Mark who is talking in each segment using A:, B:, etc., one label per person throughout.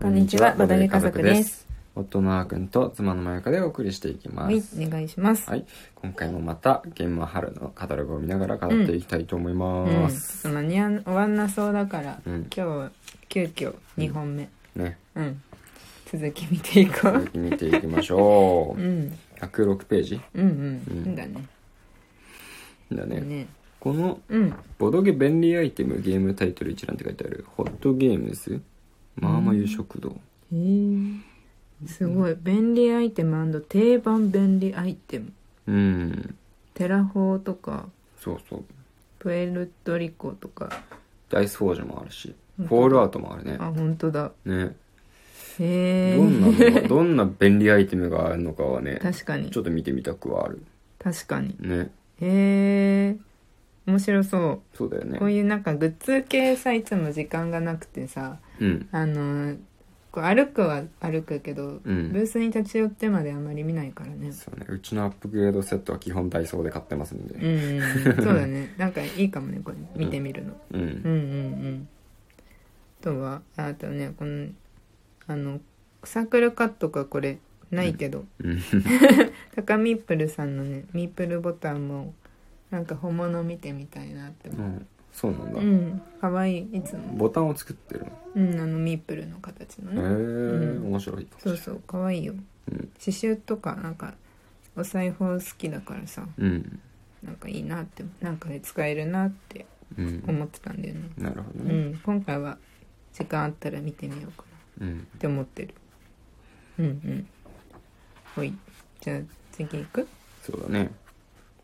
A: こんにちは、ボドゲ家族です。。
B: 夫のあーくんと妻のまゆかでお送りしていきま
A: はい、
B: す。
A: お願いします。
B: はい。今回もまた、ゲームは春のカタログを見ながら語っていきたいと思い
A: うん、
B: ま
A: ちょっ
B: す。
A: と間に合わ終わんなそうだから、
B: うん
A: 今日、急遽2本目。
B: ね。
A: うん。続き見ていこ
B: 続
A: う。
B: き見ていきましょ
A: う
B: う。
A: ん、
B: 106ページ
A: うん、うん、
B: うん
A: うんだね。
B: だね。
A: ね。
B: この、
A: うん。
B: ボドゲ便利アイテムゲームタイトル一覧って書いてある、ホットゲームズ、マーマユ食堂。
A: へーすごい。便利アイテム定番便利アイテム。
B: うん。
A: テラフォーとか、
B: そうそう。
A: プエルトリコとか。
B: ダイスフォージュもあるし、フォー
A: 本当だ
B: ルアウトもあるね
A: あ、。本当だ。
B: ね。
A: へえ。
B: どんなのが、どんな便利アイテムがあるのかはね、
A: 確かに
B: ちょ。っと見てみたくはある。
A: 確かに。
B: ね。
A: へえ。面白そう。
B: そうだよね。
A: こういうなんかグッズ系さいつも時間がなくてさ
B: うん。
A: あのーこう歩くは歩くけど、
B: うん
A: ブースに立ち寄ってまであんまり見ないからね
B: そうね。うちのアップグレードセットは基本ダイソーで買ってますん
A: う
B: で。
A: んうんうんそうだねなんかいいかもねこれ見てみるの、
B: うん。
A: うん、うんうんあとはあとねこのあのサークルカットがこれないけど、
B: うん。
A: 高ミープルさんのねミープルボタンもなんか本物見てみたいなって
B: う
A: 思
B: ん。そうな
A: ううん
B: だ。
A: んかわいいいつも
B: ボタンを作ってる
A: うんあのミープルの形のね、
B: の。へえ、
A: うん
B: 面白い。
A: そうそう可愛いよ、
B: うん
A: 刺繍とかなんかお裁縫好きだからさ
B: うん。
A: なんかいいなってなんかで使えるなって
B: うん。
A: 思ってたんだよね
B: なるほど
A: うん、
B: ね。
A: 今回は時間あったら見てみようかな
B: うん。
A: って思ってるうんうんほいじゃあ次行く
B: そうだね。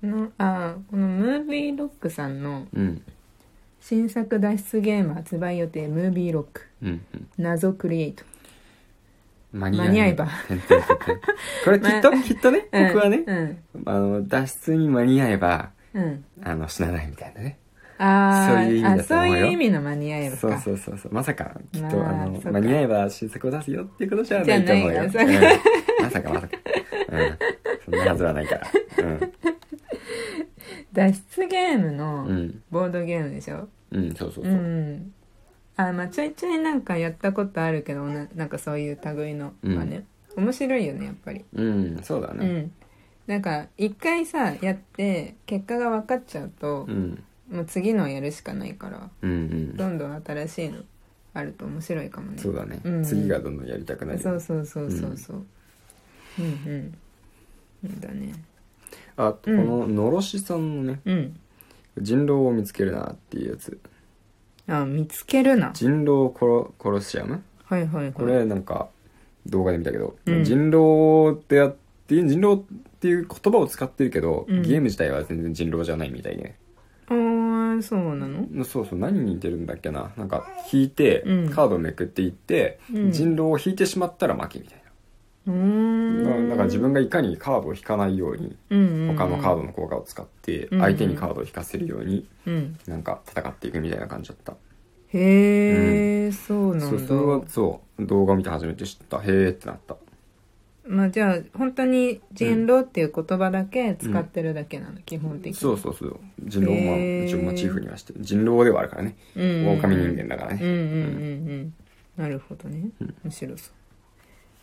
A: このあーこのムービーロックさんの
B: うん。
A: 新作脱出ゲーム発売予定ムービーロック
B: うん。うん
A: 謎クリエイト
B: 間
A: 間に合えば。
B: てんてんてんてんこれきっと、きっとね、
A: うん
B: 僕はね、
A: うん
B: あの、脱出に間に合えば、
A: うん
B: あの、死なないみたいなね。
A: あ
B: そういう意味
A: ーあ
B: だと思
A: そう
B: うよ
A: いう意味の間に合えばか
B: そうそうそうそうまさかきっと、
A: まあ
B: あ、の
A: そうか
B: 間に合えば新作を出すよっていうことじゃないと思うよ、うん
A: じゃないよ、
B: まさかまさか、うん、そんなはずはないから
A: 脱出ゲーム
B: うん
A: の
B: うん
A: ボードゲームでしょ
B: うんそうそうそうう、うん
A: んあまあちょいちょいなんかやったことあるけどななんかそういう類の
B: うん
A: はね、面白いよねやっぱり
B: そうだ
A: う
B: ね
A: んなんか一回さやって結果が分かっちゃうと
B: う、ん
A: もう次のやるしかないから
B: うんうん
A: どんどん新しいのあると面白いかもね
B: そうだね、
A: うん
B: 次がどんどんやりたくなるよ
A: そうそうそうそうそううんうんうんだね
B: あこののろしさんのね
A: うん
B: 人狼を見つけるなっていうやつ
A: あ見つけるな
B: 人狼コロコロシアム
A: はいはいはい
B: これなんか動画で見たけど、
A: うん
B: 人狼ってやって人狼っていう言葉を使ってるけど、
A: うん
B: ゲーム自体は全然人狼じゃないみたいね
A: あーそうなの
B: そうそう何に似てるんだっけななんか引いて、
A: うん
B: カードめくっていって、
A: うん
B: 人狼を引いてしまったら負けみたいう
A: ー
B: な、
A: ん
B: だからだから自分がいかにカードを引かないように他
A: 他
B: のカードの効果を使って
A: うん
B: 相手にカードを引かせるように
A: うん
B: なんか戦っていくみたいな感じだった、
A: へえ、そうな
B: そうんそれは
A: だ
B: そう動画を見て初めて知ったへえってなった
A: まあじゃあ本当に人狼っていう言葉だけ使ってるだけなの、基本的に
B: そうそうそう人狼もまあ
A: へー
B: 一応モチーフにはして人狼ではあるからね
A: うんうんうん
B: 狼人間だから
A: うん
B: ね
A: うんうんうんなるほどね面白そう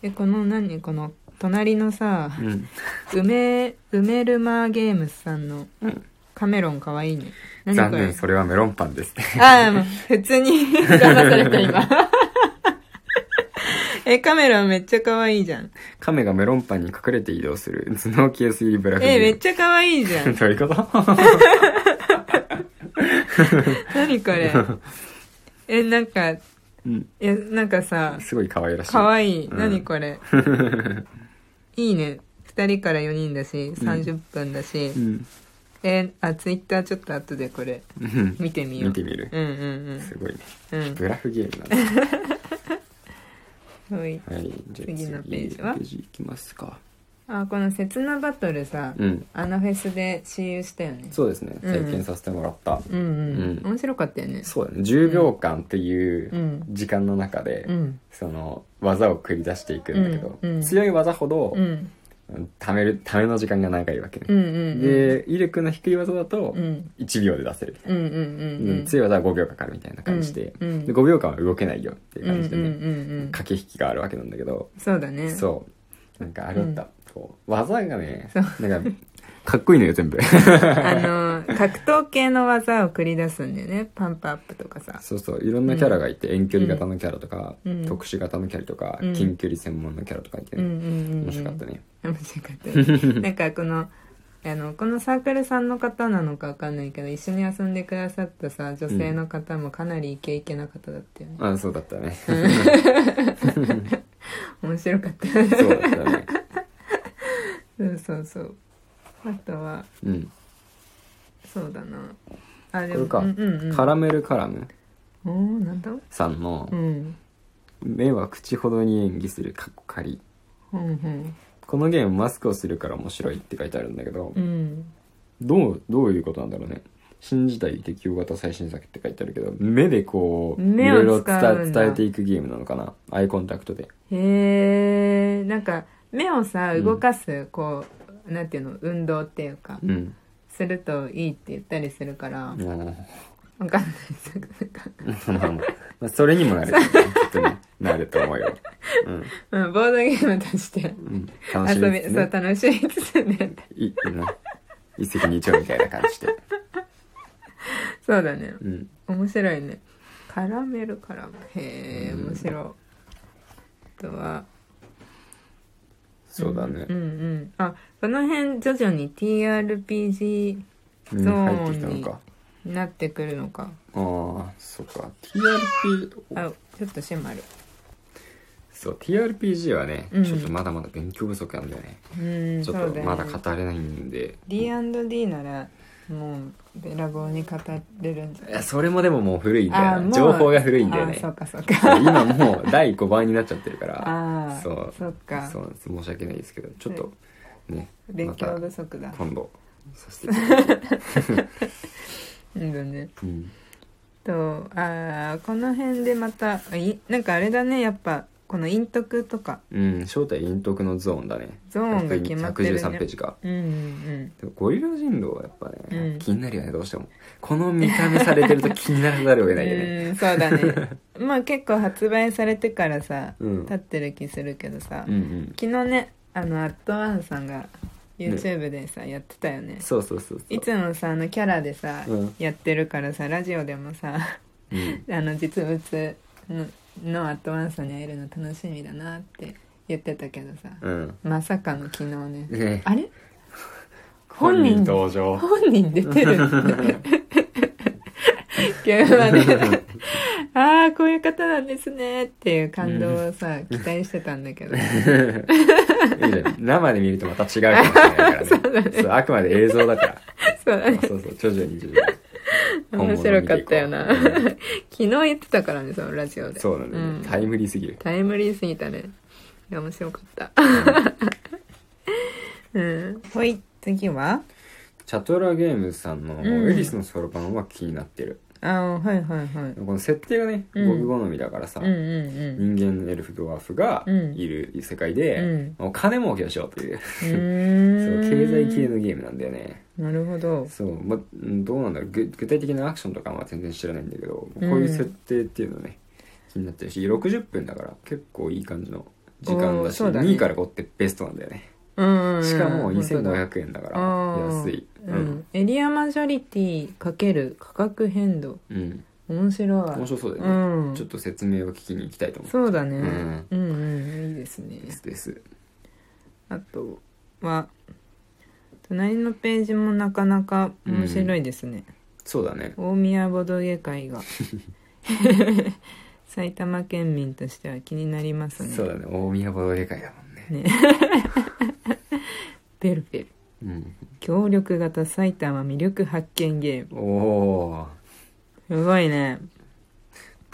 A: えこの何この隣のさ
B: うん
A: 梅梅ルマゲームズさんの
B: うん
A: カメロンかわいいね何
B: 残
A: これ
B: 念それはメロンパンですね
A: ああ、もう普通に 騙された今。 え、カメラめっちゃ可愛いじゃん。
B: 亀がメロンパンに隠れて移動する頭脳消えすぎるブラフ
A: え、めっ
B: ゲ
A: ちゃ可愛いじゃ
B: ーム
A: ん。
B: どういうこと
A: 何これ。え、なんか、い
B: うん
A: や、なんかさ、
B: すごい可愛らしい。
A: 可愛い
B: うん
A: 何こ れ。いいね。二人から四人だし、三十分だし。
B: うん。
A: え、あ、ツイッターちょっと後でこれ、
B: うん
A: 見てみよう。
B: 見てみる。
A: うんうん
B: すごいね。
A: うん。うん。
B: ブラフゲームなんだ。
A: はい。
B: はい。じゃあ
A: 次のページは
B: ページいきますか。
A: あ、この刹那バトルさ、
B: うん。
A: あのフェスで私有したよね。
B: そうですね。
A: うん
B: 体験させてもらった。
A: うんうん
B: う。ん
A: 面白かったよね。。
B: そうだね。10秒間っていううん時間の中で
A: う、ん。
B: その、技を繰り出していくんだけど
A: うんう、ん
B: 強い技ほど
A: う、ん。
B: ためる、ための時間が長いわけ
A: う
B: ね。
A: んうん。、
B: で、威力の低い技だと
A: う、ん。
B: 1秒で出せる。
A: うんうんうん。
B: うん強い技は5秒かかるみたいな感じで、
A: うんうん
B: で5秒間は動けないよっていう感じで
A: うんうんうんう
B: ね
A: ん、
B: 書き駆け引きがあるわけなんだけど、
A: そうだね。
B: そうなんかあれだった、こう技がね
A: そう
B: なん かかっこいいのよ全部
A: あの、格闘系の技を繰り出すんだよね。パンプアップとかさ。
B: そうそういろんなキャラがいて、遠距離型のキャラとか、
A: うん
B: 特殊型のキャラとか、
A: うん
B: 近距離専門のキャラとかいて
A: うんうん
B: ね、
A: うんうん。
B: 面白かったね
A: 面白かったねなんかこのあのこのサークルさんの方なのかわかんないけど一緒に遊んでくださったさ女性の方もかなりイケイケな方だったよね、
B: あそうだった ね
A: 面白かった
B: そうだったね
A: そうそうそうあとは
B: うん
A: そうだなあで
B: こ
A: も
B: れか
A: うんうんうん、
B: カラメルカラム
A: おーなんだ
B: さんの
A: うん
B: 「目は口ほどに演技する」かっこかり
A: うんうん
B: このゲームマスクをするから面白いって書いてあるんだけど、
A: うん
B: どうどういうことなんだろうね新時代適応型最新作って書いてあるけど目でこうい
A: 目
B: ろい
A: を
B: ろ
A: 使うん
B: 伝
A: だ
B: え伝えていくゲームなのかなアイコンタクトで
A: へえんか目をさ
B: うん
A: 動かす、こうなんていうの運動っていうか
B: うん
A: するといいって言ったりするか
B: ま
A: ら、
B: あ
A: わかんないですなん
B: ま
A: か
B: あまあまあそれにもなるよねきっとねなると思うよ、うん
A: うん、ボードゲームとして
B: うん、楽し
A: 遊
B: み
A: び、
B: です
A: そう
B: ね
A: 楽しみつつね
B: いいいな一石二鳥みたいな感じで、
A: そうだね
B: うん、
A: 面白いねカラメルカラムへえ
B: うん
A: 面白いあとは
B: そうだね
A: うんうんあこの辺徐々に TRPG
B: うん
A: ゾ
B: 入って
A: ー
B: きた
A: ン
B: の
A: に
B: か
A: なってくるのか
B: ああそっか TRP
A: あちょっと閉まる
B: そう TRPG はね、
A: うん
B: ちょっとまだまだ勉強不足なんだよね
A: うん
B: ち
A: そ
B: ょ
A: うだ
B: っと
A: ね
B: まだ語れないんで、
A: D&D ならもうべらぼうに語れるんじゃない
B: いやそれもでももう古いんだよ
A: あー
B: な
A: もう
B: 情報が古いんだよね
A: あーそ
B: そう
A: う かそうか
B: 今もう第5番になっちゃってるから
A: ああ
B: そう
A: そっか
B: そうなんです申し訳ないですけどちょっとね
A: 勉強不足だ
B: 今度させていただいて、
A: うんだね
B: うん、
A: とあーこの辺でまたあいなんかあれだねやっぱこの陰徳とか
B: うん、正体陰徳のゾーンだね
A: ゾーンが決まってるね
B: 113ページか
A: うんうん
B: でもゴリラ人道はやっぱね、
A: うん
B: 気になるよねどうしてもこの見た目されてると気にならざるを
A: う
B: 得ないよ ね
A: んそう だねまあ結構発売されてからさ
B: うん、
A: 経ってる気するけどさ、
B: うんうん
A: 昨日ねあのアットワンさんが YouTube でさ、やってたよね
B: そうそうそうそう
A: いつもさあのキャラでさ、
B: うん
A: やってるからさラジオでもさ
B: うん
A: あの実物ののアットワンさんに会えるの楽しみだなって言ってたけどさ、
B: うん
A: まさかの昨日ね
B: ね
A: あれ本人
B: 登場
A: 本人出てる 現場でああこういう方なんですねっていう感動をさ期待してたんだけど
B: いいじゃん生で見るとまた違うかもしれない からねそうあくまで映像だから
A: そうだね
B: そうそう徐々に徐々に本物
A: 面
B: を見ていこう
A: 白かったよな
B: う
A: 昨
B: ん
A: 日言ってたからねそのラジオで
B: そうなんだよね、
A: うん
B: タイムリーすぎる
A: タイムリーすぎたねいや面白かったうんほい次は
B: チャトラゲームズさんの「
A: ん
B: エリスのそろばん」は気になってる、
A: ああはいはいはい
B: この設定がね
A: うん
B: 僕好みだからさ、
A: うんうん
B: 人間エルフドワーフが
A: うん
B: いる世界
A: うん
B: で、
A: うん
B: お金儲けをしようという
A: う
B: そう
A: ーん
B: 経済系のゲームなんだよね
A: なるほど
B: そう、ま、うんどうなんだろうぐ具体的なアクションとかは全然知らないんだけどこう
A: う
B: い
A: ん
B: う設定っていうのね、気になってるし60分だから結構いい感じの時間だし
A: おーそうだね
B: 2位から5ってベストなんだよね
A: うんうん
B: しかも
A: 本当だ
B: 2500円だから
A: あー
B: 安いうん、
A: うん、エリアマジョリティ×価格変動
B: うん
A: 面白い
B: 面白そうだよね、
A: うん
B: ちょっと説明を聞きに行きたいと思う
A: そうだね、う
B: うんん、
A: うんいいですね
B: ですです
A: あとは隣のページもなかなか面白いですね、
B: そうだね
A: 大宮ボドゲ 会が埼玉県民としては気になりますね
B: そうだね大宮ボドゲ会だもんね
A: ペルペル協力型埼玉魅力発見ゲーム
B: うんお
A: すごいね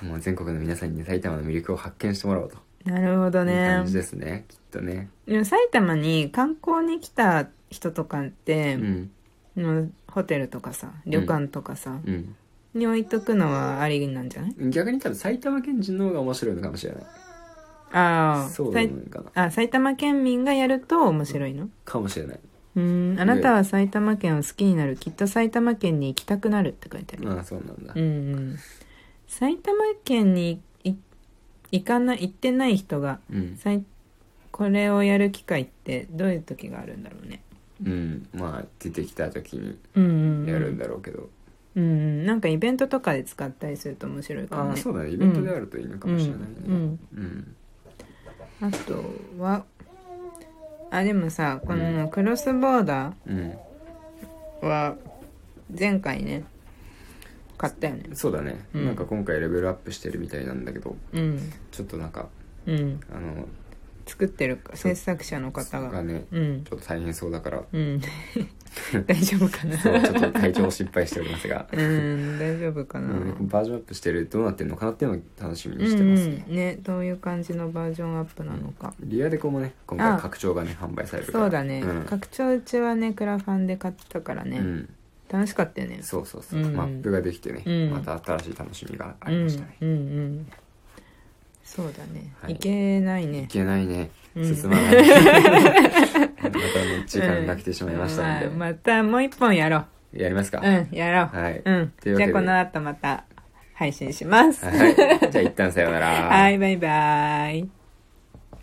B: おもう全国の皆さんに埼玉の魅力を発見してもらおうと
A: なるほど
B: いい
A: ね
B: 感じですねきっとね
A: でも埼玉に観光に来た人とかっ
B: う
A: て、
B: ん
A: のホテルとかさ旅館とかさ、
B: うん
A: に置いとくのはありなんじゃない
B: 逆に多分埼玉県人の方が面白いのかもしれない
A: ああ
B: そうな
A: さい
B: のかな
A: あ埼玉県民がやると面白いの
B: かもしれないう
A: ーんあなたは埼玉県を好きになるきっと埼玉県に行きたくなるって書いてある
B: ああそうなんだ
A: うんうん埼玉県にい行かない行ってない人が
B: うん
A: さいこれをやる機会ってどういう時があるんだろうね
B: うんまあ出てきた時に
A: うんうんうん
B: やるんだろうけど、
A: うんうんなんかイベントとかで使ったりすると面白いか
B: あ
A: も
B: あ
A: ね
B: そうだねイベントであるといいのかもしれないね
A: うんうん
B: うん
A: あとはあでもさこのクロスボーダ
B: うん
A: ーは前回ね買ったよね
B: そうだね、
A: うん
B: なんか今回レベルアップしてるみたいなんだけど
A: うん
B: ちょっとなんか
A: うん
B: あの
A: 作ってるか制作者の方
B: そこが
A: が
B: ね
A: うん
B: ちょっと大変そうだから
A: うん 大丈夫かな
B: そうちょっと体調を心配しておりますが、
A: うん大丈夫かな
B: うんバージョンアップしてるどうなってるのかなっていうのを楽しみに
A: う
B: し
A: ん
B: て
A: う
B: ます、
A: んねどういう感じのバージョンアップなのか
B: リアデコもね今回
A: あ
B: 拡張がね販売されるから
A: そうだね
B: うん
A: 拡張うちはねクラファンで買ったから
B: う
A: ね
B: ん
A: 楽しかったよね
B: そうそうそう、
A: うん
B: マップができてね、
A: うん
B: また新しい楽しみがありましたね、
A: うんうんうんそうだね
B: はい
A: いけないね
B: いけないね
A: うん
B: 進ま ないまたね時間が来てしまいましたので、
A: うんまあまたもう一本やろ
B: やりますか、
A: ううんやろう
B: はい、
A: うん
B: と
A: じ
B: いうわ
A: ゃ
B: け
A: あ
B: で
A: この後また配信します
B: はいじゃあ一旦さようなら
A: はいバイバーイ